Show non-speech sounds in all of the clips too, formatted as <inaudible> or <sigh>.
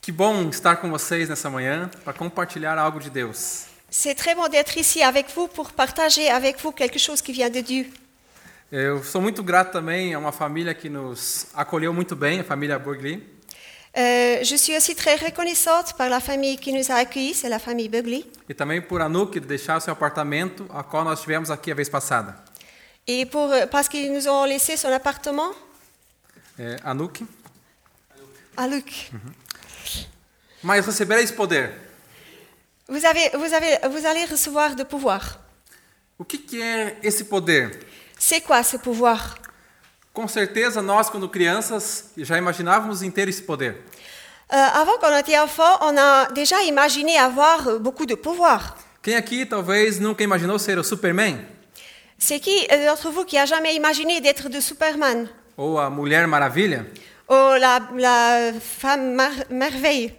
Que bom estar com vocês nessa manhã para compartilhar algo de Deus. C'est très bon d'être ici avec vous pour partager avec vous quelque chose qui vient de Dieu. Eu sou muito grato também a uma família que nos acolheu muito bem, a família Burgli. Euh, je suis aussi très reconnaissante par la famille qui nous a accueillis, c'est la famille Bugley, E também por Anuk deixar seu apartamento, a qual nós tivemos aqui a vez passada. et pour, euh, parce qu'ils nous ont laissé son appartement É, Anuk. à Luc. Mas recebereis poder. Vous, avez, vous, avez, vous allez recevoir de pouvoir. O que, que é esse poder? C'est quoi ce pouvoir Com certeza nós, quando crianças, já imaginávamos em ter esse poder. Euh, Avant qu'on était enfant, on a déjà imaginé avoir euh, beaucoup de pouvoir. Quem aqui talvez nunca imaginou ser o Superman? C'est qui euh, d'entre vous qui a jamais imaginé d'être de Superman Ou a Mulher Maravilha? ou la, la femme mar- merveille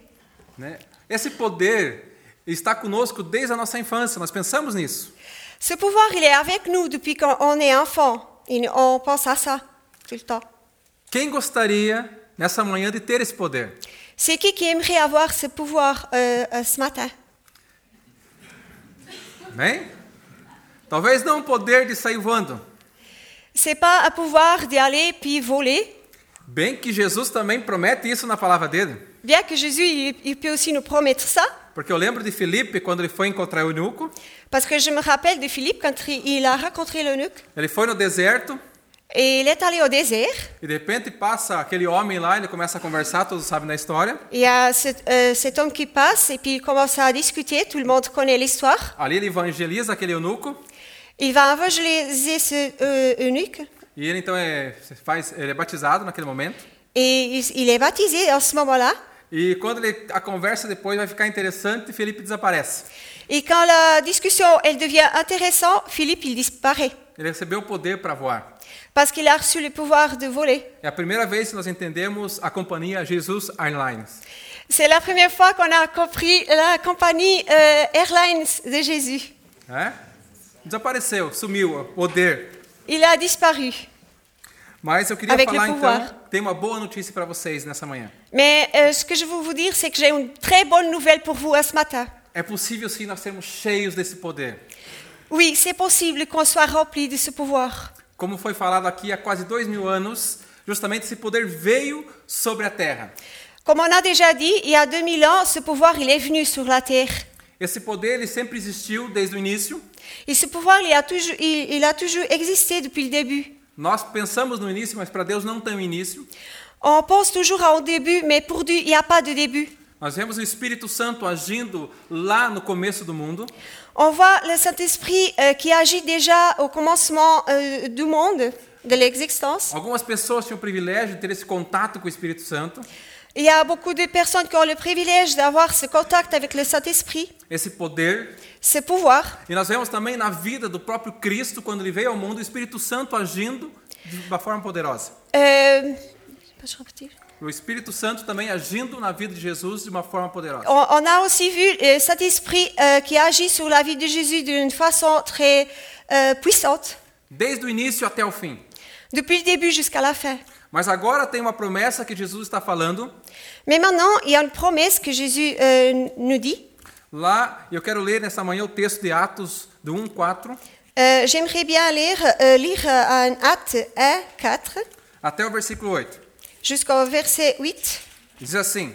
Né? Esse poder está conosco desde a nossa infância, nós pensamos nisso. Ce pouvoir, il est avec nous depuis qu'on on est enfant. Et on pense à ça tout le temps. Quem gostaria nessa manhã de ter esse poder? C'est qui qui aimerait avoir ce pouvoir euh, euh, ce matin Bem? Talvez não o poder de sair voando. C'est pas un pouvoir d'y aller puis voler, Bem que Jesus também promete isso na palavra dele. bien que Jésus, il, il peut aussi nous promettre ça. Porque eu lembro de Filipe, quando ele foi encontrar o eunuco, Parce que je me rappelle de Philippe quand il il a rencontré l'eunuque ele foi no deserto et il est allé au désert. e de repente passa aquele homem lá, ele começa a conversar, todos sabem da história. Il y a cet, euh, cet homme qui passe et puis il commence à discuter. Tout le monde connaît l'histoire. Ali ele evangeliza aquele eunuco Il va évangéliser ce euh, eunuque e ele então é, se faz, ele é batizado naquele momento. et il- il est baptisé à ce moment-là. E quando ele, a conversa depois vai ficar interessante, Felipe desaparece. Et quand la discussion elle devient intéressante, Philippe il disparaît Ele recebeu o poder para voar. parce qu'il a reçu le pouvoir de voler. É a primeira vez que nós entendemos a companhia Jesus Airlines. C'est la première fois qu'on a compris la compagnie euh, Airlines de Jésus. né? Desapareceu, sumiu o poder. Il a disparu. Mas eu queria Avec falar le então, pouvoir. tem uma boa notícia para vocês nessa manhã. Mais euh, ce que je veux vous dire, c'est que j'ai une très bonne nouvelle pour vous à ce matin. É possível sim nós sermos cheios desse poder. Oui, c'est possible qu'on soit rempli de ce pouvoir. Como foi falado aqui há quase dois mil anos, justamente esse poder veio sobre a terra. Comme on a déjà dit, il y a 2000 ans, ce pouvoir, il est venu sur la terre. Esse poder ele sempre existiu desde o início. Et ce pouvoir, il a toujours, il- il a toujours existé depuis le début. Nós pensamos no início, mas para Deus não tem um início. On pense toujours à un début, mais pour Dieu, il n'y a pas de début. Nós vemos o Espírito Santo agindo lá no começo do mundo, On voit le Saint-Esprit euh, qui agit déjà au commencement euh, du monde, de l'existence. Algumas pessoas tinham o privilégio de ter esse contato com o Espírito Santo. Il y a beaucoup de personnes qui ont le privilège d'avoir ce contact avec le Saint-Esprit, Esse poder. ce pouvoir. E nós vemos também na vida do próprio Cristo, quando ele veio ao mundo, o Espírito Santo agindo de uma forma poderosa. Euh, je peux repetir O Espírito Santo também agindo na vida de Jesus de uma forma poderosa. on, on a aussi vu le Saint-Esprit euh, qui agit sur la vie de Jésus d'une façon très euh, puissante, Desde o início até o fim. depuis le début jusqu'à la fin. Mas agora tem uma promessa que Jesus está falando Mais maintenant, il y a une promesse que Jésus euh, nous dit. lá. Eu quero ler nessa manhã o texto de Atos do 1, 4 Euh, J'aimerais bien lire, euh, lire euh, un acte 1, 4 até o versículo 8. jusqu'au verset 8. Diz assim: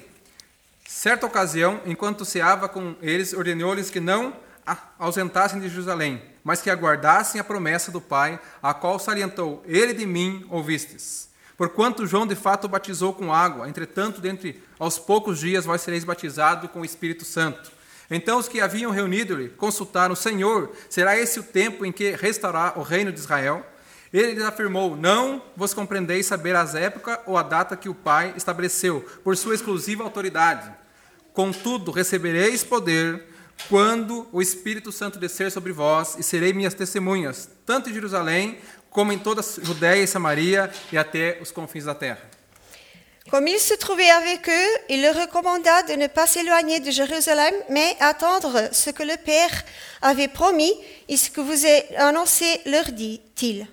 Certa ocasião, enquanto ceava com eles, ordenou-lhes que não a- ausentassem de Jerusalém, mas que aguardassem a promessa do Pai, a qual salientou: Ele de mim ouvistes. Porquanto João de fato batizou com água, entretanto, dentre aos poucos dias vós sereis batizado com o Espírito Santo. Então os que haviam reunido-lhe consultaram: Senhor, será esse o tempo em que restaurará o reino de Israel? Ele lhes afirmou: Não vos compreendeis saber as épocas ou a data que o Pai estabeleceu, por sua exclusiva autoridade. Contudo, recebereis poder quando o Espírito Santo descer sobre vós, e serei minhas testemunhas, tanto em Jerusalém, como em toda a Judéia e Samaria e até os confins da terra. Comme il se trouvait avec eux, il leur recommanda de ne pas s'éloigner de Jérusalem, mais attendre ce que le Père avait promis et ce que vous avez annoncé, leur dit-il.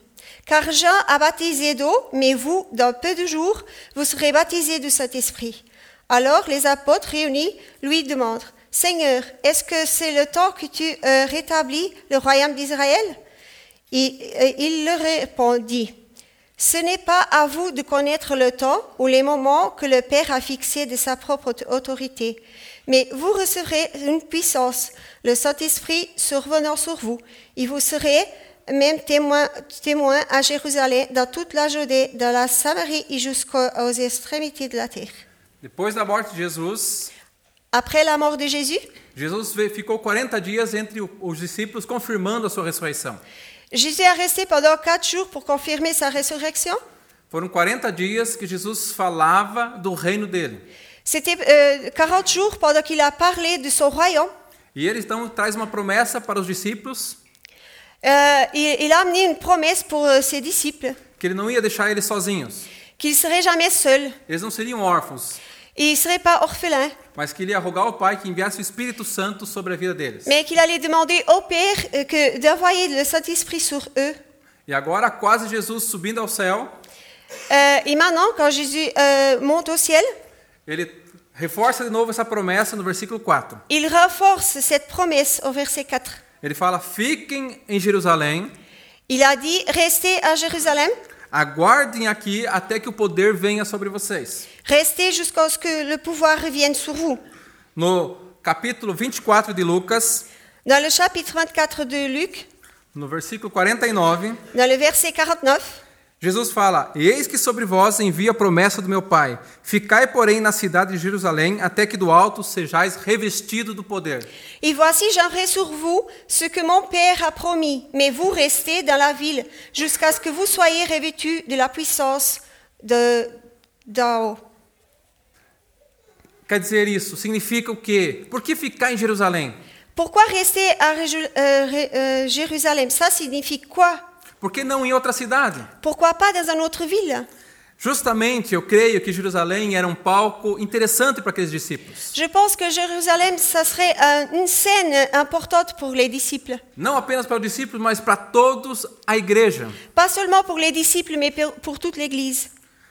Car Jean a baptisé d'eau, mais vous, dans peu de jours, vous serez baptisés du Saint-Esprit. Alors les apôtres réunis lui demandent, Seigneur, est-ce que c'est le temps que tu euh, rétablis le royaume d'Israël Et euh, il leur répondit, ce n'est pas à vous de connaître le temps ou les moments que le Père a fixés de sa propre autorité, mais vous recevrez une puissance, le Saint-Esprit survenant sur vous, et vous serez même témoins témoin à Jérusalem, dans toute la Judée, dans la Samarie et jusqu'aux extrémités de la terre. Depois da morte de Jesus, Après la mort de Jésus, Jesus ve- ficou 40 dias entre o- os discípulos confirmando a sua ressurreição. Jésus est resté pendant quatre jours pour confirmer sa résurrection. Foram 40 dias que Jesus falava do reino dele. C'était euh, 40 jours pendant qu'il a parlé de son royaume. E ele então traz uma promessa para os discípulos Euh, il, il a amené une promesse pour euh, ses disciples, que ele não ia deixar eles sozinhos. qu'ils ne seraient jamais seuls, Eles não seriam órfãos, et ils ne seraient pas orphelins, mas que ele ia rogar ao Pai que enviasse o Espírito Santo sobre a vida deles. mais qu'il allait demander au Père euh, que d'envoyer le Saint-Esprit sur eux. E agora, quase Jesus subindo ao céu, Euh, et maintenant, quand Jésus euh, monte au ciel, ele reforça de novo essa promessa no versículo 4. il renforce cette promesse au verset 4. Ele fala: Fiquem em Jerusalém, Il a dit, restez à Jérusalem, aguardem aqui até que o poder venha sobre vocês. restez jusqu'à ce que le pouvoir revienne sur vous. No capítulo 24 de Lucas, Dans le chapitre 24 de Luc, no versículo 49, dans le verset 49, Jesus fala: Eis que sobre vós envia a promessa do meu Pai. Ficai, porém, na cidade de Jerusalém, até que do alto sejais revestido do poder. Et voici, j'enverrai sur vous ce que mon Père a promis, mais vous restez dans la ville jusqu'à ce que vous soyez revêtus de la puissance de d'en haut. Quer dizer isso? Significa o quê? Por que ficar em Jerusalém? Pourquoi rester à Réju- euh, Ré- euh, Jérusalem Ça signifie quoi Por que não em outra cidade? Pourquoi pas dans une autre ville Justamente, eu creio que Jerusalém era um palco interessante para aqueles discípulos. Je pense que Jérusalem, ça serait euh, une scène importante pour les disciples. Não apenas para os discípulos, mas para todos a igreja. Pas seulement pour les disciples, mais pour- pour toute l'Église.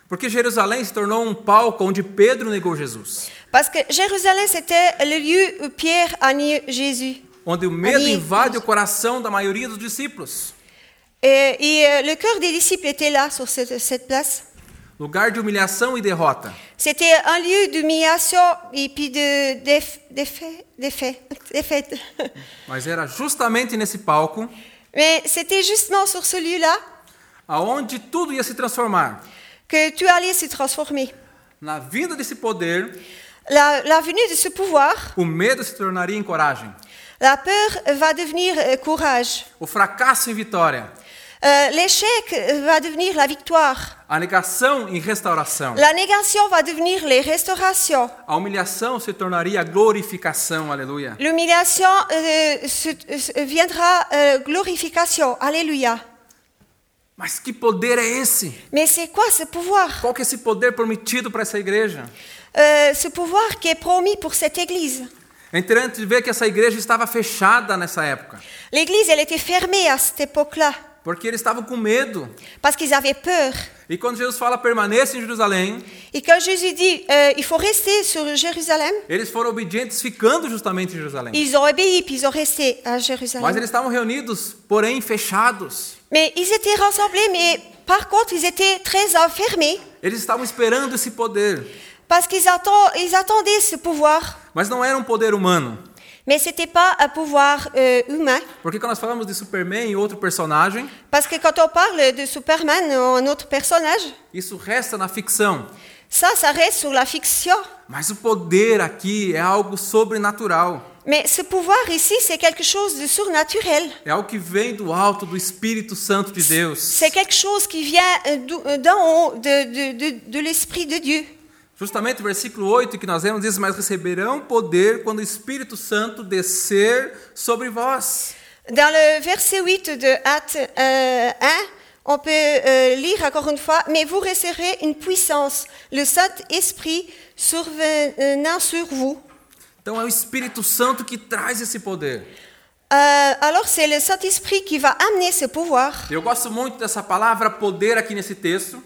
Porque Jerusalém se tornou um palco onde Pedro negou Jesus, Parce que Jérusalem, c'était le lieu où Pierre a nié Jésus. onde o medo Ali- invade o coração da maioria dos discípulos. Et, et, euh, le cœur des disciples était là, sur cette, cette place. Lugar de humilhação e derrota. C'était un lieu d'humiliation et puis de déf- défait- défait- <laughs> défaite. Mas era justamente nesse palco Mais c'était justement sur ce lieu-là aonde tudo ia se transformar. que tu allais se transformer. Na vinda desse poder, La, la venue de ce pouvoir, o medo se tornaria em coragem, la peur va devenir euh, courage. o fracasso em vitória, Euh, L'échec euh, va devenir la victoire. a negação em restauração. La négation va devenir les restaurations. A humilhação se tornaria glorificação, aleluia. L'humiliation euh, se- se- viendra euh, glorification. Alléluia. Mas que poder é esse? Mais c'est quoi ce pouvoir Qual que é esse poder prometido para essa igreja? Euh, ce pouvoir qui est promis pour cette Église. É interessante ver que essa igreja estava fechada nessa época, L'Église, elle était fermée à cette époque-là porque eles estavam com medo. parce qu'ils avaient peur. E quando Jesus fala permaneça em Jerusalém, Et quand Jésus dit euh, il faut rester sur Jérusalem, eles foram obedientes ficando justamente em Jerusalém. ils ont obéi puis ils ont resté à Mas Jérusalem. eles estavam reunidos, porém fechados. Mais ils étaient rassemblés, mais par contre, ils étaient très enfermés Eles estavam esperando esse poder, parce qu'ils atten- ils attendaient ce pouvoir. mas não era um poder humano. Mais ce n'était pas un pouvoir euh, humain. Porque quando nós falamos de Superman e outro personagem, Parce que quand on parle de Superman ou un autre personnage, isso resta na ficção. ça, ça reste sur la fiction. Mas o poder aqui é algo sobrenatural. Mais ce pouvoir ici, c'est quelque chose de surnaturel. É algo que vem do alto, do Espírito Santo de Deus. C'est quelque chose qui vient euh, d'o- euh, d'en haut, de, de- de- de l'Esprit de Dieu. Justamente o versículo 8 que nós vemos diz: Mas receberão poder quando o Espírito Santo descer sobre vós. Dans le verset 8 de Acte euh, 1, on peut euh, lire encore une fois, mais vous recevrez une puissance, le Saint-Esprit survenant sur vous. Então é o Espírito Santo que traz esse poder. Euh, alors c'est le Saint-Esprit qui va amener ce pouvoir. Eu gosto muito dessa palavra poder aqui nesse texto,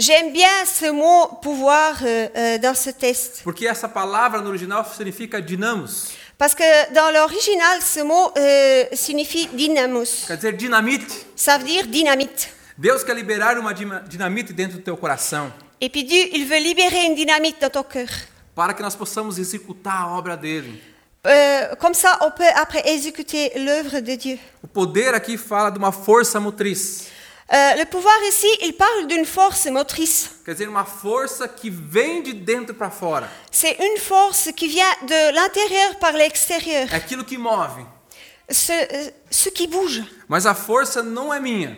J'aime bien ce mot pouvoir euh, euh, dans ce texte. Porque essa palavra no original significa dinamos, Parce que dans l'original, ce mot euh, signifie dynamos. quer dizer dinamite. Ça veut dire dynamite. Deus quer liberar uma dima- dinamite dentro do teu coração, Et puis Dieu, il veut libérer une dynamite dans ton cœur. para que nós possamos executar a obra dele. Euh, comme ça, on peut après exécuter l'œuvre de Dieu. O poder aqui fala de uma força motriz, Euh, le pouvoir ici, il parle d'une force motrice. quer dizer, uma força que vem de dentro para fora. C'est une force qui vient de l'intérieur par l'extérieur, É aquilo que move. ce, euh, ce qui bouge. Mas a força não é minha,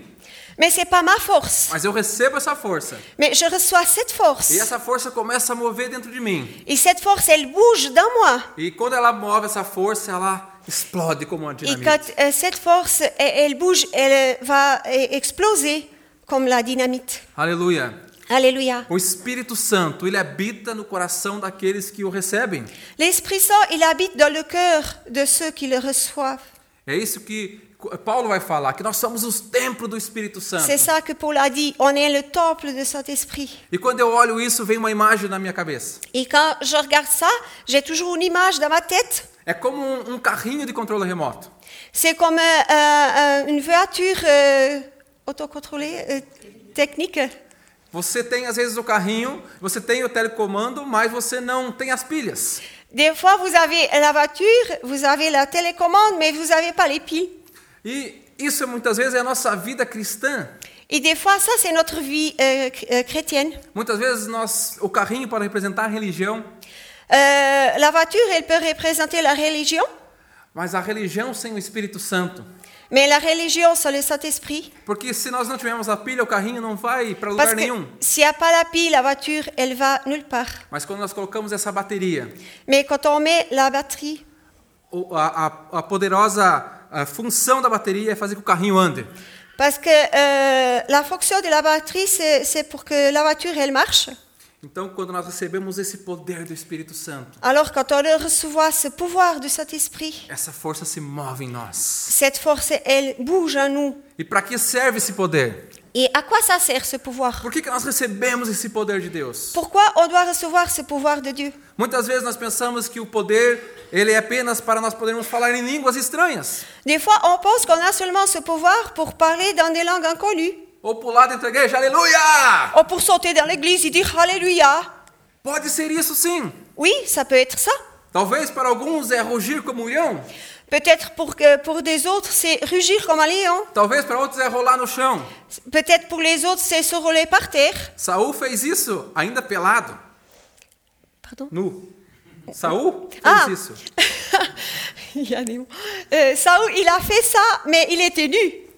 Mais c'est pas ma force. mas eu recebo essa força. Mais je reçois cette force. E essa força começa a mover dentro de mim. Et cette force, elle bouge dans moi. E quando ela move essa força, ela explode como uma Et dinamite. quand euh, cette force, elle, elle bouge, elle euh, va euh, exploser comme la dynamite. Aleluia. Alléluia. O Espírito Santo, ele habita no coração daqueles que o recebem. L'Esprit Saint, il habite dans le cœur de ceux qui le reçoivent. É isso que Paulo vai falar, que nós somos os templos do Espírito Santo. C'est ça que Paul a dit, on est le temple de Saint-Esprit. E quando eu olho isso, vem uma imagem na minha cabeça. Et quand je regarde ça, j'ai toujours une image dans ma tête. É como um, um carrinho de controle remoto. C'est comme euh, euh, euh, une voiture euh, autocontrôlée, euh, technique. Você tem às vezes o carrinho, você tem o telecomando, mas você não tem as pilhas. Des fois, vous avez la voiture, vous avez la télécommande, mais vous n'avez pas les piles. E isso muitas vezes é a nossa vida cristã. Et des fois, ça, c'est notre vie euh, chr- euh, chrétienne. Muitas vezes nós o carrinho para representar a religião, Euh, la voiture, elle peut représenter la religion, mas a religião sem o Espírito Santo. mais la religion, c'est le Saint-Esprit. Porque se nós não tivermos a pilha, o carrinho não vai para Parce lugar que nenhum. s'il n'y a pas la pile, la voiture, elle va nulle part. Mas quando nós colocamos essa bateria, Mais quand on met la batterie, o- a, a- a poderosa a função da bateria é fazer com que o carrinho ande. parce que euh, la fonction de la batterie, c'est c'est pour que la voiture, elle marche. Então, quando nós recebemos esse poder do Espírito Santo, Alors, quand on reçoit ce pouvoir du Saint-Esprit, essa força se move em nós. cette force, elle bouge en nous. E para que serve esse poder? Et à quoi ça sert ce pouvoir Por que, que nós recebemos esse poder de Deus? Pourquoi on doit recevoir ce pouvoir de Dieu Muitas vezes nós pensamos que o poder ele é apenas para nós podermos falar em línguas estranhas Des fois, on pense qu'on a seulement ce pouvoir pour parler dans des langues inconnues, ou pular dentro da igreja, aleluia! ou pour sauter dans l'église et dire Alléluia. Pode ser isso sim. Oui, ça peut être ça. Talvez para alguns é rugir como um leão, Peut-être pour, que- pour des autres, c'est rugir comme un lion. talvez para outros é rolar no chão. Peut-être pour les autres, c'est se rouler par terre. Saul fez isso ainda pelado, Pardon nu. Saul fez Ah. isso. <laughs> Il y a des mots. Euh, Saül, il a fait ça, mais il était nu.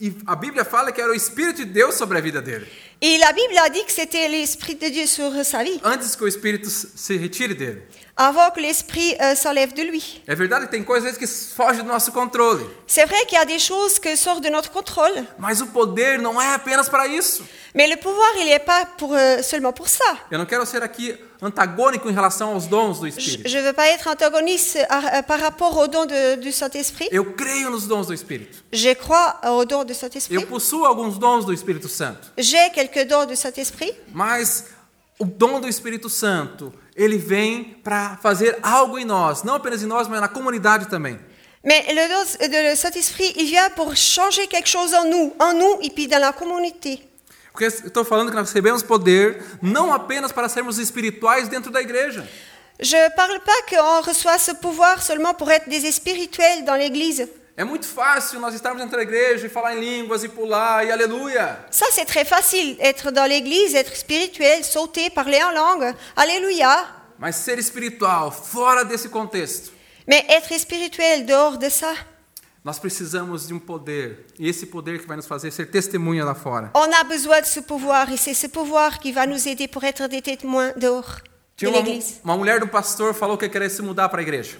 E a Bíblia fala que era o Espírito de Deus sobre a vida dele, Et la Bible a dit que c'était l'Esprit de Dieu sur sa vie, antes que o Espírito s- se retire dele. avant que l'Esprit euh, s'enlève de lui. É verdade que tem coisas que fogem do nosso controle, C'est vrai qu'il y a des choses qui sortent de notre contrôle, mas o poder não é apenas para isso. mais le pouvoir, il n'est pas pour, euh, seulement pour ça. Eu não quero ser aqui antagônico em relação aos dons do Espírito. Je ne veux pas être antagoniste à- à- par rapport aux dons de- du Saint-Esprit. Eu creio nos dons do Espírito. Je crois aux dons du Saint-Esprit. Eu possuo alguns dons do Espírito Santo. J'ai quelques dons du Saint-Esprit, Mas o dom do Espírito Santo, ele vem para fazer algo em nós. Não apenas em nós, mas na comunidade também. mais le don de- du Saint-Esprit, il vient pour changer quelque chose en nous, en nous et puis dans la communauté. Porque eu estou falando que nós recebemos poder não apenas para sermos espirituais dentro da igreja. Je ne parle pas qu'on reçoit ce pouvoir seulement pour être des spirituels dans l'Église. É muito fácil nós estarmos dentro da igreja e falar em línguas e pular e aleluia. Ça, c'est très facile, être dans l'Église, être spirituel, sauter, parler en langue. Alléluia. Mas ser espiritual fora desse contexto, Mais être spirituel dehors de ça, nós precisamos de um poder. E esse poder que vai nos fazer ser testemunha lá fora. On a besoin de ce pouvoir et c'est ce pouvoir qui va nous aider pour être des témoins dehors de Tinha uma, mu- l'Église. uma mulher de um pastor falou que queria se mudar para a igreja.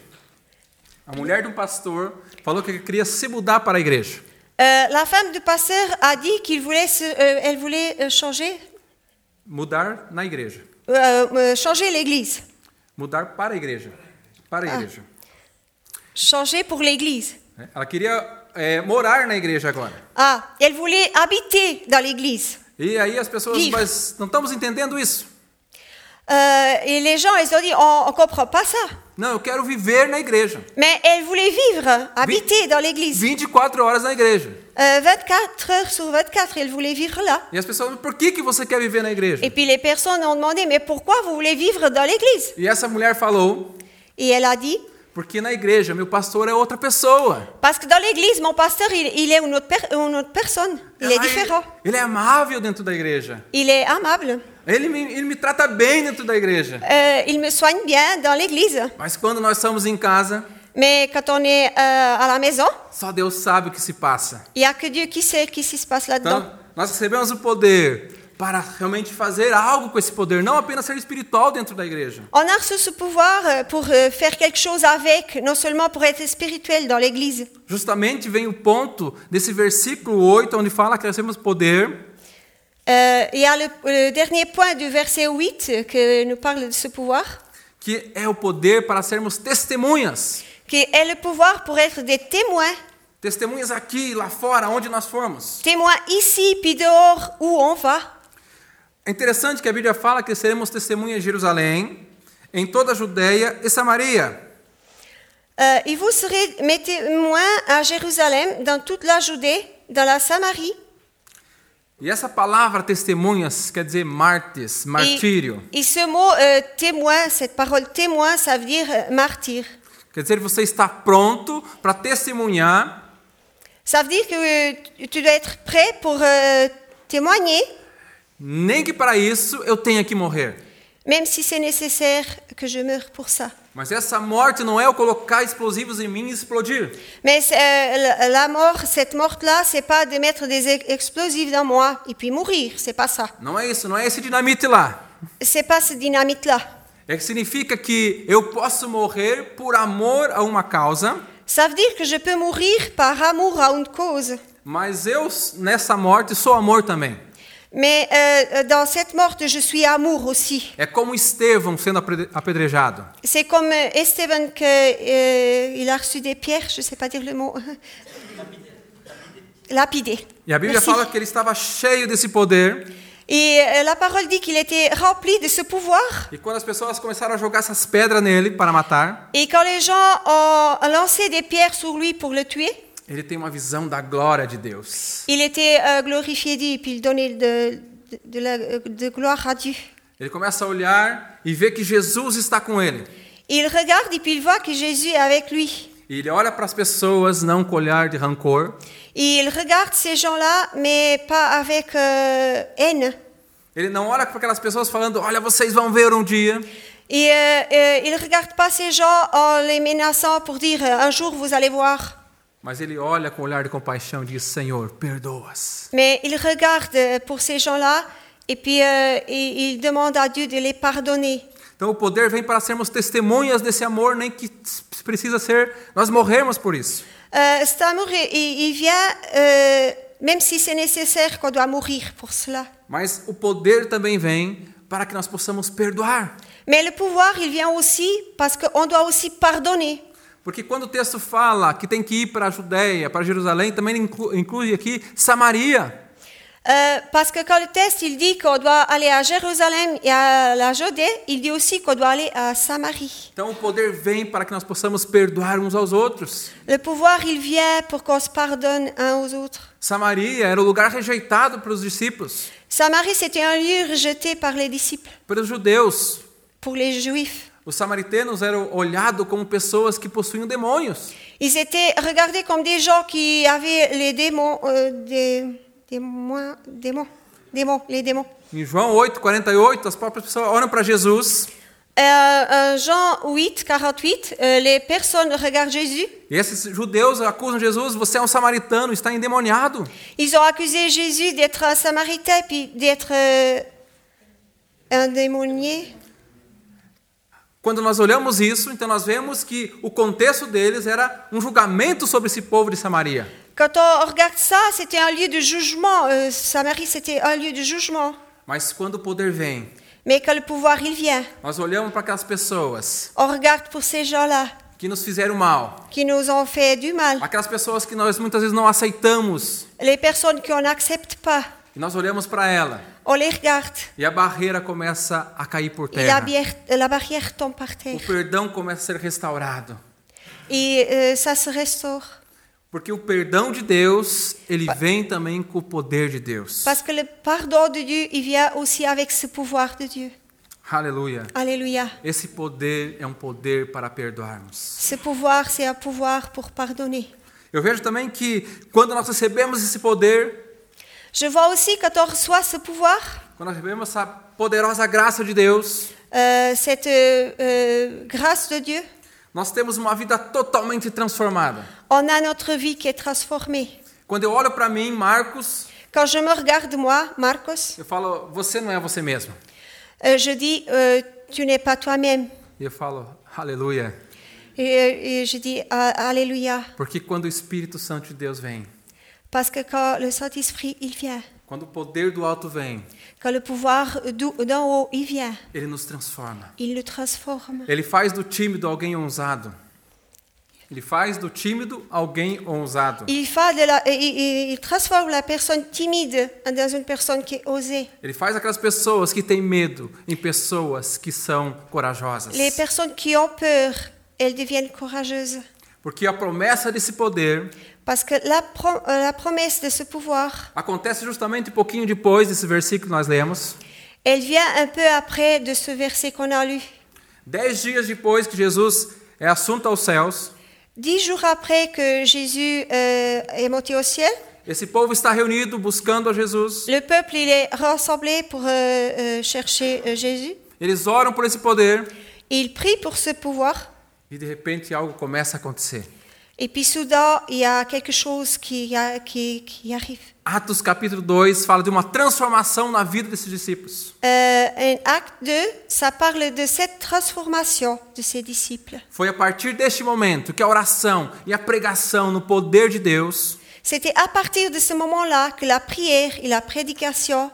A mulher de um pastor falou que queria se mudar para a igreja. Euh, la femme du pasteur a dit qu'il voulait, se- euh, elle voulait euh, changer, Mudar na igreja. euh, euh, changer l'Église, Mudar para a igreja. Para a igreja. changer pour l'Église. Né? Ela queria eh, é, morar na igreja agora. Ah, elle voulait habiter dans l'Église. E aí as pessoas, Vivre. mas não estamos entendendo isso. Euh, et les gens, ils ont dit, on ne comprend pas ça. Não, eu quero viver na igreja. Mais elle voulait vivre, habiter dans l'église. 24 horas na igreja. Euh, 24 heures sur 24, elle voulait vivre là. E as pessoas, por que, que você quer viver na igreja? Et puis les personnes ont demandé, mais pourquoi vous voulez vivre dans l'église E essa mulher falou, Et elle a dit, porque na igreja meu pastor é outra pessoa. parce que dans l'église, mon pasteur, il, il est une autre, per- une autre personne. Il est Ela- différent. Ele é amável dentro da igreja. Il est amable. Ele me, ele me trata bem dentro da igreja. Euh, il me soigne bien dans l'église. Mas quando nós estamos em casa, Mais quand on est euh, à la maison, só Deus sabe o que se passa. il n'y a que Dieu qui sait ce qui se passe là-dedans. Então, nós recebemos o poder para realmente fazer algo com esse poder, não apenas ser espiritual dentro da igreja. On a reçu ce pouvoir euh, pour euh, faire quelque chose avec, non seulement pour être spirituel dans l'église. Justamente vem o ponto desse versículo 8, onde fala que nós temos poder Euh, il y a le, le dernier point du verset 8 que nous parle de ce pouvoir, que é o poder para sermos testemunhas. qui est le pouvoir pour être des témoins. Testemunhas aqui, lá fora, onde nós formos. Témoins ici, puis dehors, où on va. É interessante que a Bíblia fala que seremos testemunhas em Jerusalém, em toda a Judéia e Samaria. Euh, et vous serez mes témoins à Jérusalem, dans toute la Judée, dans la Samarie. E essa palavra testemunhas quer dizer mártires, Et, martírio. et ce mot euh, témoin, cette parole témoin, ça veut dire euh, martyr. Quer dizer, você está pronto para testemunhar Ça veut dire que euh, tu- tu dois être prêt pour euh, témoigner, Nem que para isso eu tenha que morrer. même si c'est nécessaire que je meure pour ça. Mas essa morte não é eu colocar explosivos em mim e explodir. Mais c'est, euh, la- la mort, cette morte-là, c'est pas de mettre des e- explosifs dans moi et puis mourir, c'est pas ça. Não é isso, não é esse dinamite lá. C'est pas cette dynamite-là. É que significa que eu posso morrer por amor a uma causa, Ça veut dire que je peux mourir par amour à une cause. mas eu nessa morte sou amor também. Mais euh, dans cette mort, je suis amour aussi. É como Estevão sendo apre- apedrejado. C'est comme euh, Esteban que euh, il a reçu des pierres, je sais pas dire le mot. <laughs> Lapidé. E a Bíblia Merci. fala que ele estava cheio desse poder. Et euh, la parole dit qu'il était rempli de ce pouvoir. E quando as pessoas começaram a jogar essas pedras nele para matar, Et quand les gens ont lancé des pierres sur lui pour le tuer, ele tem uma visão da glória de Deus. il était euh, glorifié Dieu, puis il donnait de, de- de la- euh, de gloire à Dieu. Ele começa a olhar e vê que Jesus está com ele. Et il regarde et puis il voit que Jésus est avec lui. E Ele olha para as pessoas não com olhar de rancor. Et il regarde ces gens-là, mais pas avec euh, haine. Ele não olha para aquelas pessoas falando: Olha, vocês vão ver um dia. Et euh, euh, il regarde pas ces gens en les menaçant pour dire euh, un jour vous allez voir. Mas ele olha com olhar de compaixão e diz: Senhor, perdoas. Mais il regarde euh, pour ces gens-là et puis euh, il, il demande à Dieu de les pardonner. Então o poder vem para sermos testemunhas desse amor, nem que precisa ser nós morrermos por isso. Euh, cet amour, il- il, il vient euh, même si c'est nécessaire qu'on doit mourir pour cela. Mas o poder também vem para que nós possamos perdoar. Mais le pouvoir, il vient aussi parce qu'on doit aussi pardonner. Porque quando o texto fala que tem que ir para a Judéia, para Jerusalém, também inclu- inclui aqui Samaria. Euh, parce que quand le texte il dit qu'on doit aller à Jérusalem et à la Judée, il dit aussi qu'on doit aller à Samarie. Então o poder vem para que nós possamos perdoar uns aos outros. Le pouvoir, il vient pour qu'on se pardonne uns aux autres. Samaria era o lugar rejeitado pelos discípulos, Samarie, c'était un lieu rejeté par les disciples, pelos judeus. pour les juifs. Os samaritanos eram olhados como pessoas que possuíam demônios. Ils étaient regardés comme des gens qui avaient les démons, euh, des, des moins- démons, démons, les démons. Em João 8, 48, as próprias pessoas olham para Jesus. Euh, euh, Jean 8, 48, euh, les personnes regardent Jésus. E esses judeus acusam Jesus, você é um samaritano, está endemoniado. Ils ont accusé Jésus d'être un samaritain puis d'être euh, un démonié. Quando nós olhamos isso, então nós vemos que o contexto deles era um julgamento sobre esse povo de Samaria. Quand on regarde ça, c'était un lieu de jugement. Euh, Samarie, c'était un lieu de jugement. Mas quando o poder vem, Mais quand le pouvoir, il vient, nós olhamos para aquelas pessoas on regarde pour ces gens-là que nos fizeram mal, qui nous ont fait du mal, aquelas pessoas que nós muitas vezes não aceitamos, les personnes qu'on n'accepte pas. E nós olhamos para ela On les regarde e a barreira começa a cair por et la, terra. bière- euh, la barrière tombe par O terre perdão começa a ser restaurado. et euh, ça se restaure. Porque o perdão de Deus, ele vem também com o poder de Deus. Parce que le pardon de Dieu, il vient aussi avec ce pouvoir de Dieu. Aleluia. Alléluia. Esse poder é um poder para perdoarmos. Ce pouvoir, c'est un pouvoir pour pardonner. Eu vejo também que quando nós recebemos esse poder, Je vois aussi quand on reçoit ce pouvoir, quando nós recebemos essa poderosa graça de Deus, euh, cette euh, euh, grâce de Dieu, nós temos uma vida totalmente transformada. on a notre vie qui est transformée. Quando eu olho para mim, Marcos, Quand je me regarde, moi, Marcos, eu falo, você não é você mesmo. euh, je dis, euh, tu n'es pas toi-même. E eu falo, aleluia. Et, et je dis, Ah, Alléluia. Porque quando o Espírito Santo de Deus vem, Parce que quand le Saint-Esprit, il vient, quando o poder do alto vem, quand le pouvoir d'ou- d'en haut, il vient, ele nos transforma. il le transforme. Ele faz do tímido alguém ousado. Ele faz do tímido alguém ousado. Il, fait de la- il- il- il transforme la personne timide dans une personne qui est osée. Ele faz aquelas pessoas que têm medo em pessoas que são corajosas. Les personnes qui ont peur, elles deviennent courageuses. Porque a promessa desse poder Parce que la, pro- euh, la promesse de ce pouvoir, acontece justamente um pouquinho depois desse versículo que nós lemos. elle vient un peu après de ce verset qu'on a lu. Dez dias depois que Jesus é assunto aos céus, Dix jours après que Jésus euh, est monté au ciel, esse povo está reunido buscando a Jesus. le peuple il est rassemblé pour euh, euh, chercher euh, Jésus. Eles oram por esse poder Et il prie pour ce pouvoir. e de repente algo começa a acontecer. Et puis soudain, il y a quelque chose qui, a- qui- qui arrive. Atos capítulo 2 fala de uma transformação na vida desses discípulos. Euh, un acte 2, ça parle de cette transformation de ses disciples. Foi a partir deste momento que a oração e a pregação no poder de Deus C'était à partir de ce moment-là que la prière et la prédication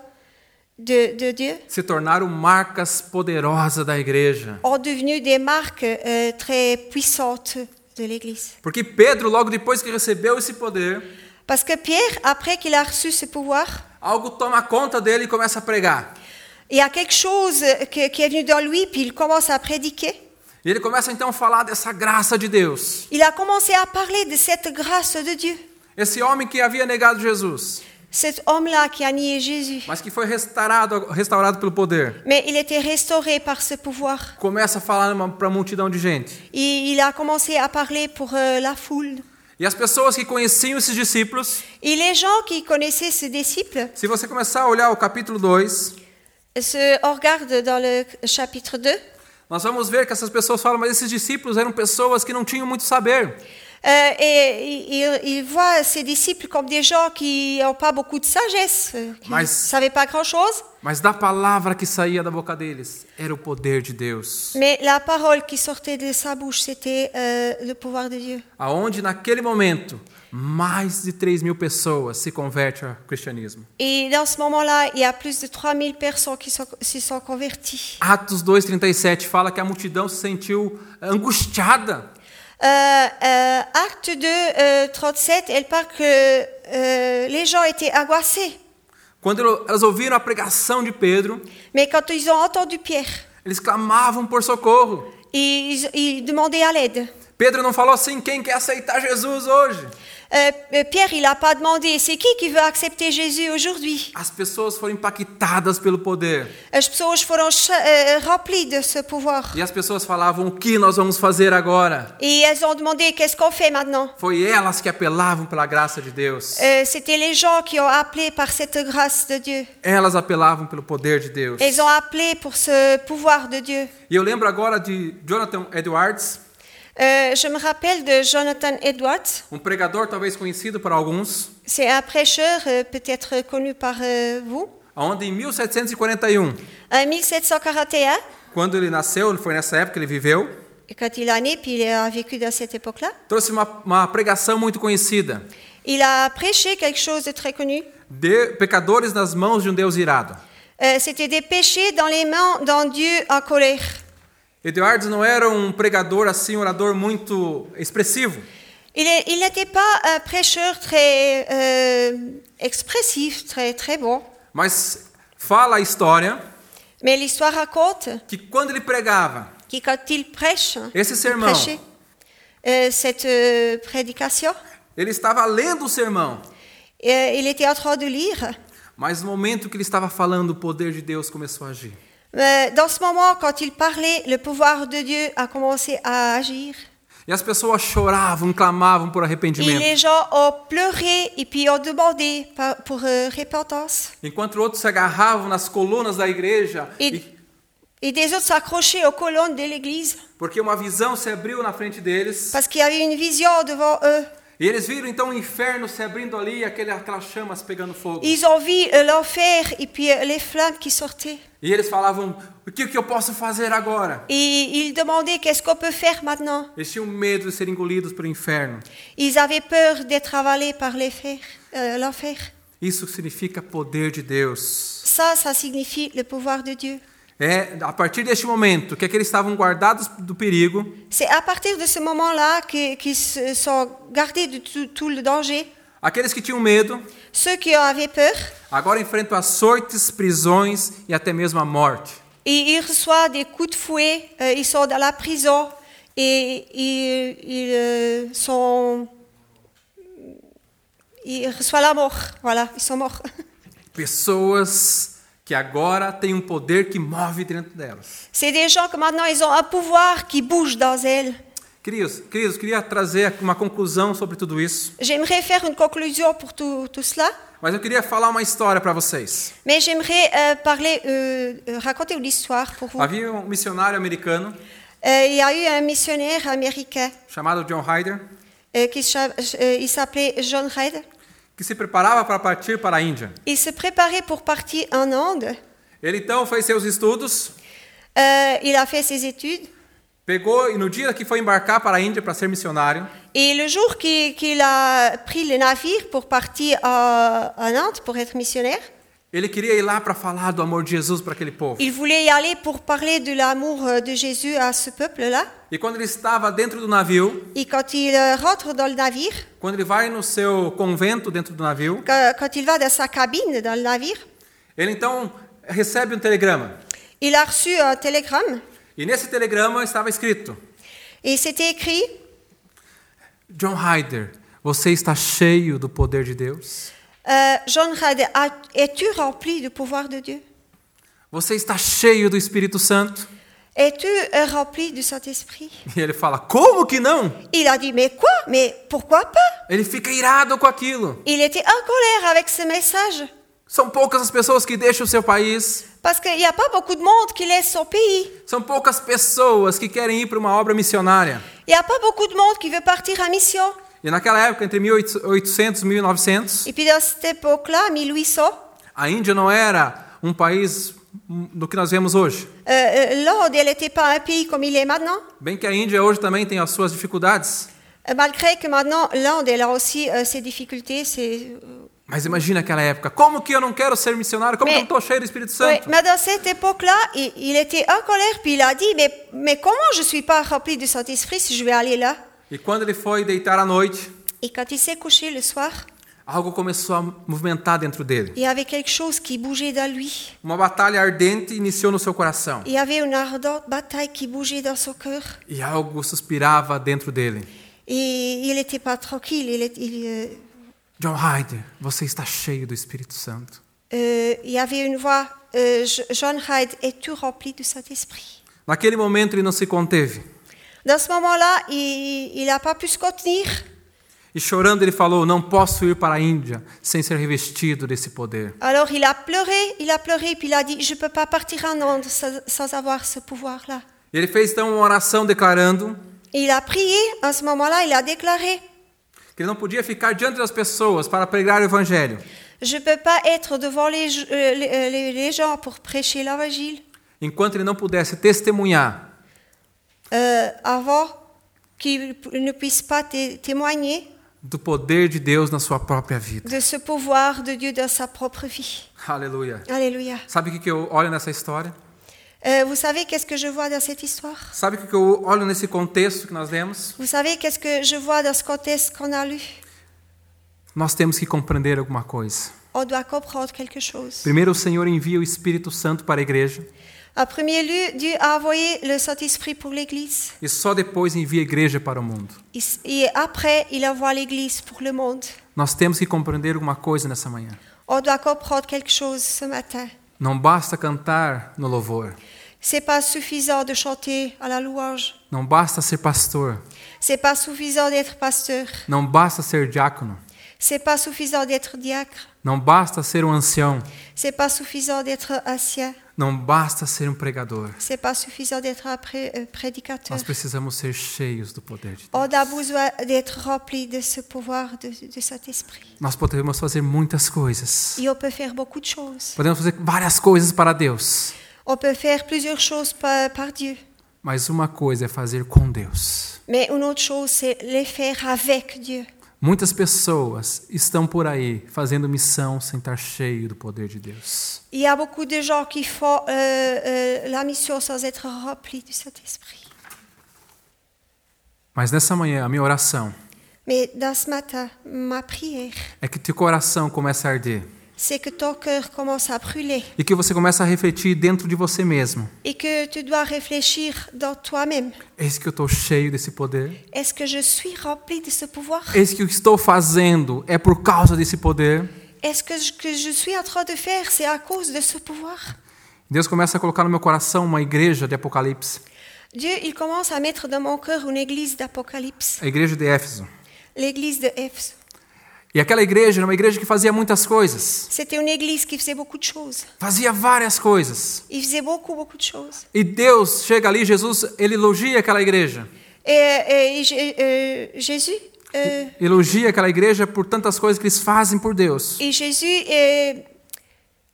de, de Dieu se tornaram marcas poderosas da igreja. ont devenu des marques euh, très puissantes de l'Église. Porque Pedro, logo depois que recebeu esse poder, Parce que Pierre, après qu'il a reçu ce pouvoir, algo toma conta dele e começa a pregar. il y a quelque chose que- qui est venu dans lui, puis il commence à prédiquer. E ele começa então a falar dessa graça de Deus. Il a commencé à parler de cette grâce de Dieu. Esse homem que havia negado Jesus, Cet homme-là qui a nié Jésus, mas que foi restaurado, restaurado pelo poder, mais il était restauré par ce pouvoir. começa a falar para a multidão de gente. Et il a commencé à parler pour euh, la foule. E as pessoas que conheciam esses discípulos, Et les gens qui connaissaient ce disciple se você começar a olhar o capítulo 2, se on regarde dans le chapitre 2. Nós vamos ver que essas pessoas falam, mas esses discípulos eram pessoas que não tinham muito saber. euh, et il, il voit ses disciples comme des gens qui n'ont pas beaucoup de sagesse, euh, qui ne Mas- savaient pas grand-chose. Mas da palavra que saía da boca deles era o poder de Deus. Mais la parole qui sortait de sa bouche, c'était euh, le pouvoir de Dieu. Aonde naquele momento mais de 3 mil pessoas se convertem ao cristianismo. Et dans ce moment-là, il y a plus de 3000 personnes qui sont- s'y sont converties. Atos 2,37 fala que a multidão se sentiu angustiada. Euh, euh, acte 2, euh, 37, elle parle que euh, les gens étaient angoissés. Quando elas ouviram a pregação de Pedro, Mais quand ils ont entendu Pierre, eles clamavam por socorro. ils, ils demandaient à l'aide. Pedro não falou assim: quem quer aceitar Jesus hoje? Euh, euh, Pierre, il n'a pas demandé, c'est qui qui veut accepter Jésus aujourd'hui Euh, As pessoas foram impactadas pelo poder. As pessoas foram cha- euh, remplies de ce pouvoir. E as pessoas falavam: o que nós vamos fazer agora? Et elles ont demandé, qu'est-ce qu'on fait maintenant Foi elas que apelavam pela graça de Deus. Euh, C'était les gens qui ont appelé par cette grâce de Dieu. Elas apelavam pelo poder de Deus. Elles ont appelé pour ce pouvoir de Dieu. E eu lembro agora de Jonathan Edwards, Euh, je me rappelle de Jonathan Edwards. um pregador talvez conhecido para alguns, C'est un prêcheur euh, peut-être connu par euh, vous. onde em 1741, En 1741, quando ele nasceu, ele foi nessa época, ele viveu, et quand il a né, puis il a vécu dans cette époque-là, trouxe uma, uma pregação muito conhecida: il a prêché quelque chose de très connu. de pecadores nas mãos de um Deus irado. Euh, C'était des péchés dans les mains d'un Dieu en colère. Edwards não era um pregador assim, um orador muito expressivo. Il est- il n'était pas un prêcheur très euh, expressif, très, très bon. Mas fala a história Mais l'histoire raconte que quando ele pregava que quand il prêche, esse sermão, prêchait, euh, cette euh, prédication, ele estava lendo o sermão, euh, il était en train de lire. mas no momento que ele estava falando, o poder de Deus começou a agir. Euh, Dans ce moment, quand il parlait, le pouvoir de Dieu a commencé à agir. E as pessoas choravam, clamavam por Et arrependimento, les gens ont pleuré et puis ont demandé pa- pour euh, repentance. enquanto outros se agarravam nas colunas da igreja, Et, e- et des autres s'accrochaient aux colonnes de l'église porque uma visão se abriu na frente deles, parce qu'il y avait une vision devant eux. e eles viram então o inferno se abrindo ali, e aquele, aquelas chamas pegando fogo. Ils ont vu euh, l'enfer et puis euh, les flammes qui sortaient. E eles falavam: o que, que eu posso fazer agora? Et ils demandaient qu'est-ce qu'on peut faire maintenant. Eles tinham medo de serem engolidos pelo inferno. Ils avaient peur d'être avalés par les fers, euh, l'enfer. Isso significa poder de Deus. Ça, ça signifie le pouvoir de Dieu. É a partir deste momento que aqueles estavam guardados do perigo, C'est à partir de ce moment-là que- qu'ils se sont gardés de tout, tout le danger. aqueles que tinham medo, Ceux qui en avaient peur, agora enfrentam açoites, prisões e até mesmo a morte. et ils reçoivent des coups de fouet, euh, ils sont dans la prison et ils, ils, euh, sont... Ils reçoivent la mort, voilà, ils sont morts. <laughs> Pessoas que agora têm um poder que move dentro delas. C'est des gens que maintenant ils ont un pouvoir qui bouge dans elles. Queridos, queridos, queria trazer uma conclusão sobre tudo isso, J'aimerais faire une conclusion pour tout, tout cela, mas eu queria falar uma história para vocês. mais j'aimerais euh, parler, euh, euh, raconter une histoire pour vous. Havia um missionário americano Euh, il y a eu un missionnaire américain chamado John Ryder euh, qui cha- euh, il s'appelait John Red. que se preparava para partir para a Índia. Il se préparait pour partir en Inde. Ele então fez seus estudos, Euh, il a fait ses études pegou e no dia que foi embarcar para a Índia para ser missionário, et le jour qu'il qu'il a pris le navire pour partir à, à Inde pour être missionnaire, ele queria ir lá para falar do amor de Jesus para aquele povo. il voulait y aller pour parler de l'amour euh, de Jésus à ce peuple-là. E quando ele estava dentro do navio, Et quand il euh, rentre dans le navire, quando ele vai no seu convento dentro do navio, quand, quand il va dans sa cabine dans le navire, ele então recebe um telegrama. il a reçu un télégramme E nesse telegrama estava escrito: et c'était écrit John Ryder, você está cheio do poder de Deus. euh, John Red, as- es-tu rempli du pouvoir de Dieu Você está cheio do Espírito Santo. Es-tu euh, rempli du Saint-Esprit E ele fala: Como que não? Il a dit, mais quoi Mais pourquoi pas Ele fica irado com aquilo. Il était en colère avec ce message, São poucas as pessoas que deixam o seu país. parce qu'il n'y a pas beaucoup de monde qui laisse son pays. São poucas pessoas que querem ir para uma obra missionária. Il n'y a pas beaucoup de monde qui veut partir à mission. E naquela época, entre 1800 e 1900, Et puis dans cette époque-là, 1800, a Índia não era um país do que nós vemos hoje. euh, euh, l'Inde, elle n'était pas un pays comme il est maintenant, Bem que a Índia hoje também tem as suas dificuldades. euh, malgré que maintenant l'Inde, elle a aussi euh, ses difficultés. Ses... euh, Mas imagina aquela época. Como que eu não quero ser missionário? Como Me- que eu não estou cheio do Espírito Ouais, Santo? mais dans cette époque-là, il, il était en colère, puis il a dit, mais, mais comment je ne suis pas rempli du Saint-Esprit si je vais aller là E quando ele foi deitar à noite, Et quand il s'est couché le soir, algo começou a movimentar dentro dele. Il y avait quelque chose qui bougeait dans lui. Uma batalha ardente iniciou no seu coração. Il y avait une ardente bataille qui bougeait dans son cœur. E algo suspirava dentro dele. Et il n'était pas tranquille. Il, est- il, euh, John Hyder, você está cheio do Espírito Santo. euh, il y avait une voix. euh, Je- John Hyde est tout rempli du Saint-Esprit. Naquele momento ele não se conteve. Dans ce moment-là, il n'a pas pu se contenir. E chorando ele falou: Não posso ir para a Índia sem ser revestido desse poder. Alors il a pleuré, il a pleuré, puis il a dit Je ne peux pas partir en Inde sans, sans avoir ce pouvoir-là. Ele fez então uma oração declarando Et il a prié. En ce moment-là, il a déclaré que ele não podia ficar diante das pessoas para pregar o evangelho. Je ne peux pas être devant les, euh, les- les- les gens pour prêcher l'évangile. enquanto ele não pudesse testemunhar euh, avant qu'il p- ne puisse pas té- témoigner do poder de Deus na sua própria vida. de ce pouvoir de Dieu dans sa propre vie. Aleluia. Alléluia. Sabe o que que eu olho nessa história? Euh, vous savez qu'est-ce que je vois dans cette histoire Sabe o que que eu olho nesse contexto que nós lemos? Vous savez qu'est-ce que je vois dans ce contexte qu'on a lu nós temos que compreender alguma coisa. On doit comprendre quelque chose. Primeiro, o Senhor envia o Espírito Santo para a igreja En premier lieu, Dieu a envoyé le Saint-Esprit pour l'Église. e só depois envia a igreja para o mundo. Il- Et après, il envoie l'Église pour le monde. Nós temos que compreender alguma coisa nessa manhã. On doit comprendre quelque chose ce matin. Não basta cantar no louvor, C'est pas suffisant de chanter à la louange. não basta ser pastor, C'est pas suffisant d'être pasteur. não basta ser diácono, C'est pas suffisant d'être diacre. não basta ser um ancião, C'est pas suffisant d'être ancien. não basta ser um pregador. C'est pas suffisant d'être un pré- euh, prédicateur. Nós precisamos ser cheios do poder de Deus. On a besoin d'être rempli de ce pouvoir de, de cet esprit. Nós podemos fazer muitas coisas. Et on peut faire beaucoup de choses. Podemos fazer várias coisas para Deus, On peut faire plusieurs choses par, par Dieu. mas uma coisa é fazer com Deus. Mais une autre chose, c'est les faire avec Dieu. Muitas pessoas estão por aí fazendo missão sem estar cheio do poder de Deus. Il y a beaucoup de gens qui font euh, euh, la mission sans être remplis de cet esprit. Mas nessa manhã, a minha oração Mais dans ce matin, ma prière, é que teu coração comece a arder c'est que ton cœur commence à brûler e que você comece a refletir dentro de você mesmo. et que tu dois réfléchir dans toi-même. Eis que eu estou cheio desse poder. Est-ce que je suis rempli de ce pouvoir Eis que o que estou fazendo é por causa desse poder. Est-ce que ce que je suis en train de faire, c'est à cause de ce pouvoir Deus começa a colocar no meu coração uma igreja de Apocalipse, Dieu, il commence à mettre dans mon cœur une église d'Apocalypse, a igreja de Éfeso. l'église de Ephes. E aquela igreja era uma igreja que fazia muitas coisas, C'était une église qui faisait beaucoup de choses. fazia várias coisas. Il faisait beaucoup, beaucoup de choses. E Deus chega ali, Jesus, ele elogia aquela igreja. Et, et J- euh, Jésus, euh, Elogia aquela igreja por tantas coisas que eles fazem por Deus. et Jésus, euh,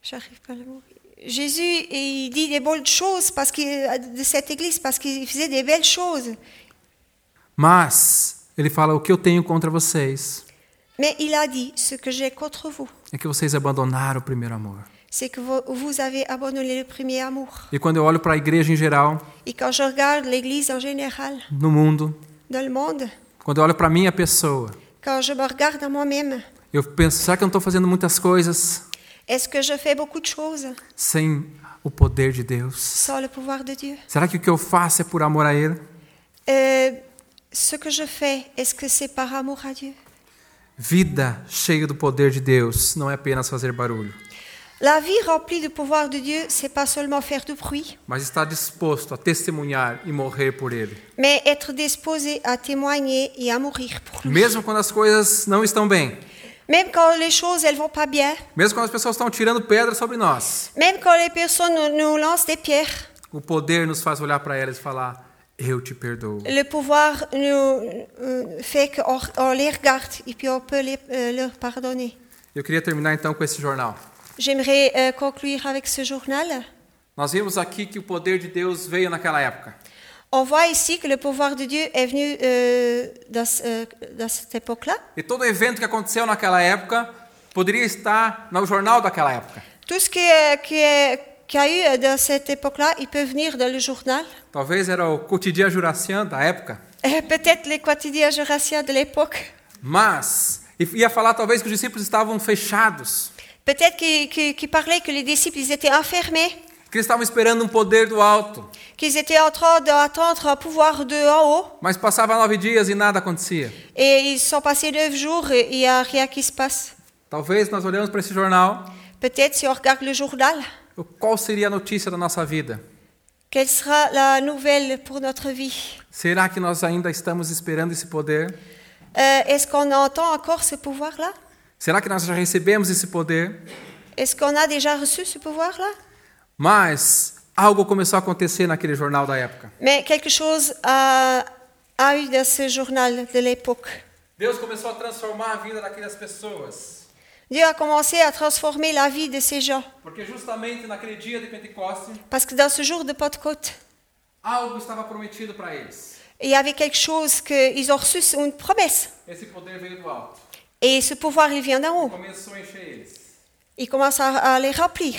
j'arrive pas le mot. Jésus, il dit des bonnes choses parce qu'il- de cette église parce qu'il faisait des belles choses. Mas ele fala: "O que eu tenho contra vocês Mais il a dit ce que j'ai contre vous, é que vocês abandonaram o primeiro amor". c'est que vous, vous avez abandonné le premier amour. E quando eu olho para a igreja em geral, Et quand je regarde l'église en général, no mundo, dans le monde, quando eu olho para a minha pessoa, quand je me regarde à moi-même, eu penso: será que eu não estou fazendo muitas coisas est-ce que je fais beaucoup de choses sem o poder de Deus? sans le pouvoir de Dieu Será que o que eu faço é por amor a Ele? Euh, Ce que je fais, est-ce que c'est par amour à Dieu Vida cheia do poder de Deus não é apenas fazer barulho, La vie remplie du pouvoir de Dieu, c'est pas seulement faire du bruit, mas estar disposto a testemunhar e morrer por Ele, mais être disposé à témoigner et à mourir pour lui. mesmo quando as coisas não estão bem. Même quand les choses elles vont pas bien, Mesmo quando as pessoas estão tirando pedra sobre nós, même quand les personnes nous, nous lancent des pierres, o poder nos faz olhar para elas e falar: Eu te perdoo. le pouvoir nous euh, fait qu'on on les regarde et puis on peut les, euh, leur pardonner. Eu queria terminar então com esse jornal. J'aimerais euh, conclure avec ce journal. Nós vimos aqui que o poder de Deus veio naquela época. On voit ici que le pouvoir de Dieu est venu euh, dans, ce- euh, dans cette époque-là. E todo evento que aconteceu naquela época poderia estar no jornal daquela época. Tout ce qui, est, qui, est, qui a eu dans cette époque-là, il peut venir dans le journal. Talvez era o quotidien jurassien da época. Euh, Peut-être les quotidiens jurassiens de l'époque. Mas e ia falar talvez que os discípulos estavam fechados, Peut-être qu'ils qu'ils- qu'ils parlaient que les disciples ils étaient enfermés, que eles estavam esperando um poder do alto, qu'ils étaient en train d'attendre un pouvoir de en haut. mas passava nove dias e nada acontecia. Et ils sont passés neuf jours et il n'y a rien qui se passe. Talvez nós olhamos para esse jornal, Peut-être si on regarde le journal, qual seria a notícia da nossa vida? quelle sera la nouvelle pour notre vie Será que nós ainda estamos esperando esse poder? Euh, Est-ce qu'on entend encore ce pouvoir-là Será que nós já recebemos esse poder? Est-ce qu'on a déjà reçu ce pouvoir-là Mas algo começou a acontecer naquele jornal da época. Mais quelque chose a, a eu dans ce journal de l'époque. Deus começou a transformar a vida daquelas pessoas, Dieu a commencé à transformer la vie de ces gens. porque justamente naquele dia de Pentecostes, Parce que dans ce jour de Pentecôte, algo estava prometido para eles. il y avait quelque chose qu'ils ont reçu, c'est une promesse. Esse poder veio do alto. Et ce pouvoir, il vient d'en haut. Começou a encher eles. Il commence à, à les remplir.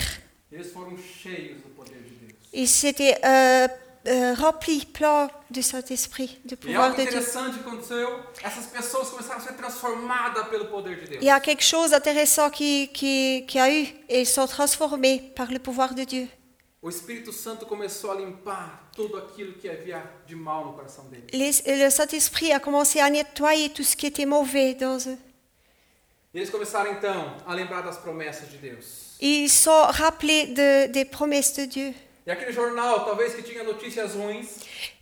Eles foram cheios do poder de Deus. Ils s'étaient euh, euh, rempli, plein du Saint-Esprit, E du é pouvoir algo de Dieu. interessante que aconteceu, essas pessoas começaram a ser transformadas pelo poder de Deus. Il y a quelque chose d'intéressant qui, qui, qui a eu et ils sont transformés par le pouvoir de Dieu. O Espírito Santo começou a limpar tudo aquilo que havia de mal no coração dele. Les- le Saint-Esprit a commencé à nettoyer tout ce qui était mauvais dans eux. E eles começaram então a lembrar das promessas de Deus. Ils sont rappelés de- des promesses de Dieu. E aquele jornal, talvez que tinha notícias ruins,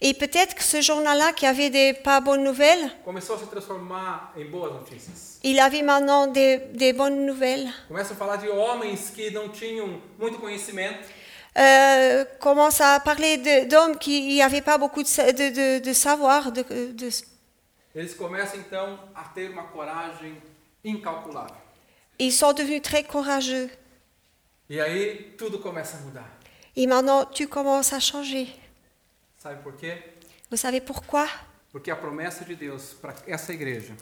Et peut-être que ce journal-là, qui avait des pas bonnes nouvelles, começou a se transformar em boas notícias. il avait maintenant des, des bonnes nouvelles. Começam a falar de homens que não tinham muito conhecimento, Euh, commence à parler de- d'hommes qui n'avaient pas beaucoup de, sa- de- de- de savoir. De, de- eles começam então a ter uma coragem incalculável. ils sont devenus très courageux. E aí tudo começa a mudar. Et maintenant, tu commences à changer. Sabe por quê? Vous savez pourquoi Porque a promessa de Deus para essa igreja,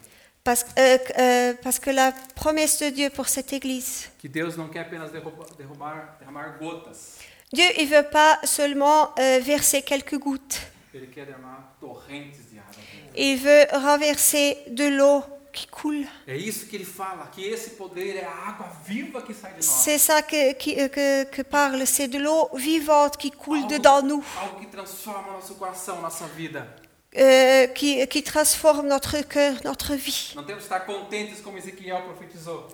parce, euh, euh, parce que la promesse de Dieu pour cette Église, que Deus não quer apenas derrubar, derrubar, derramar gotas, Dieu, il veut pas seulement euh, verser quelques gouttes. Ele quer derramar torrentes de água. viva. Il veut renverser de l'eau qui coule. É isso que ele fala, que esse poder é a água viva que sai de nós. C'est ça que, qui- euh, que- que parle, c'est de l'eau vivante qui coule dedans Algo, nous, algo que transforma nosso coração, nossa vida. euh, qui, qui transforme notre cœur, notre vie. Não temos que estar contentes como Ezequiel profetizou,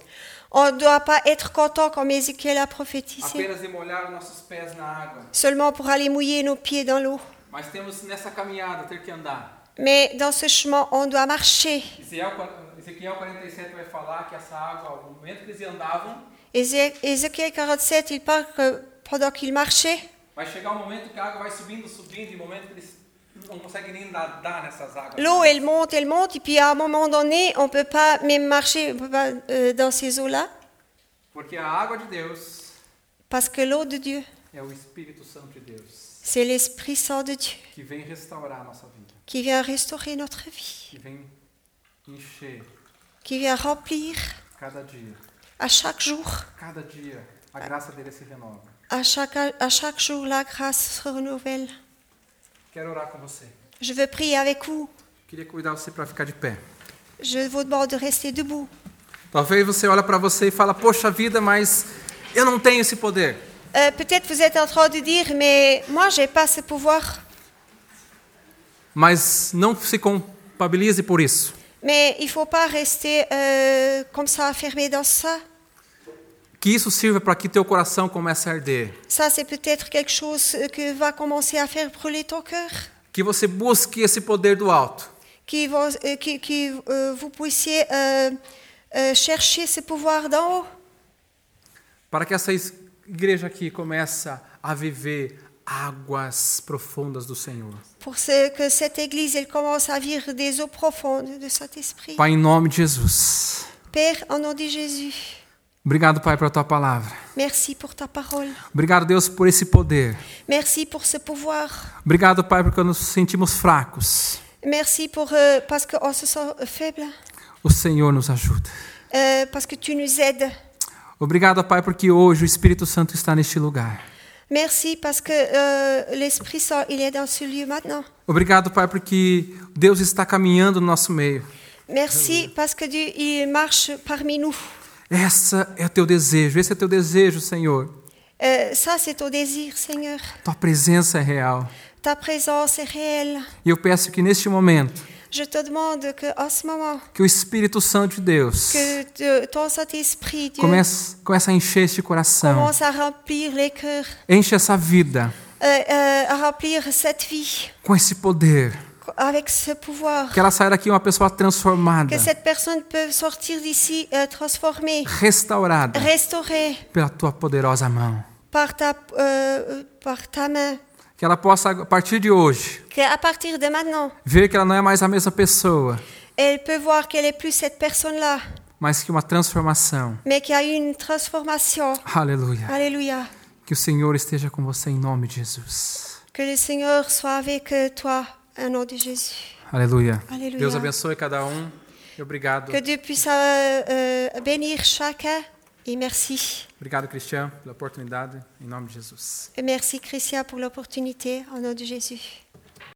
On ne doit pas être content comme Ézéchiel a prophétisé, apenas de molhar os nossos pés na água. seulement pour aller mouiller nos pieds dans l'eau. Mas temos nessa caminhada ter que andar. Mais dans ce chemin, on doit marcher. Ezequiel qua- Ezequiel 47 vai falar que essa água, no momento que eles andavam, Ézé- Ézéchiel 47, il parle que pendant qu'il marchait, vai chegar um momento que a água vai subindo, subindo, e no momento que eles não conseguem nem nadar nessas águas. l'eau, elle monte, elle monte, et puis à un moment donné, on ne peut pas même marcher on peut pas, euh, dans ces eaux-là, Porque a água de Deus parce que l'eau de Dieu, é o Espírito Santo de Deus. c'est l'Esprit Saint de Dieu. que vem restaurar a nossa vida, qui vient restaurer notre vie, que vem encher qui vient remplir cada dia. à chaque jour, Cada dia a graça dele se renova. à chaque, à chaque jour la grâce se renouvelle. Quero orar com você. Je veux prier avec vous. Queria convidar você para ficar de pé. Je vous demande de rester debout. Talvez você olhe para você e fala: "Poxa vida, mas eu não tenho esse poder". Euh, Peut-être vous êtes en train de dire, mais moi, j'ai pas ce pouvoir. Mas não se culpabilize por isso. Mais il faut pas rester euh, comme ça, enfermé dans ça. Que isso sirva para que teu coração comece a arder. Ça, c'est peut-être quelque chose euh, que va commencer à faire brûler ton cœur, Que você busque esse poder do alto. qui, va- euh, qui, qui, euh, vous puissiez euh, euh, chercher ce pouvoir d'en haut. para que essa is- igreja aqui comece a viver águas profundas do Senhor. pour ce- que cette Église elle commence à vivre des eaux profondes de Saint-Esprit. Pai, em nome de Jesus. Père, en nom de Jésus, Obrigado, Pai, pela tua palavra. merci pour ta parole. Obrigado, Deus, por esse poder. Merci pour ce pouvoir. Obrigado, Pai, porque nos sentimos fracos. Merci pour, euh, parce qu'on se sent faible, O Senhor nos ajuda. euh, parce que tu nous aides. Obrigado, Pai, porque hoje o Espírito Santo está neste lugar. Merci parce que euh, l'Esprit Saint, il est dans ce lieu maintenant. Obrigado, Pai, porque Deus está caminhando no nosso meio. Merci parce que Dieu, il marche parmi nous. Essa é o teu desejo, esse é o teu desejo, Senhor. Euh, ça, c'est ton désir, Seigneur. Tua presença é real. Ta présence est réelle. E eu peço que neste momento, Je te demande que, en ce moment, que o Espírito Santo de Deus que te- ton Saint-Esprit, Dieu, comece, comece a encher este coração, commence à remplir les cœurs, enche essa vida euh, euh, à remplir cette vie com esse poder. avec ce pouvoir. Que ela saia daqui uma pessoa transformada, Que cette personne peut sortir d'ici euh, transformée, restaurada restaurée pela tua poderosa mão. par ta, euh, par ta main. Que ela possa, a partir de hoje, Qu'à partir de maintenant, ver que ela não é mais a mesma pessoa, elle peut voir qu'elle n'est plus cette personne-là, mas que uma transformação. mais qu'il y a eu une transformation. Aleluia. Alléluia. Que o Senhor esteja com você em nome de Jesus. Que le Seigneur soit avec euh, toi, au nom de Jésus. Aleluia. Aleluia. Deus abençoe cada um. e Obrigado. Que Dieu puisse euh, euh, bénir chacun. Et merci. Obrigado, Cristian, pela oportunidade, em nome de Jesus. Et merci, Christian, pour l'opportunité, au nom de Jésus.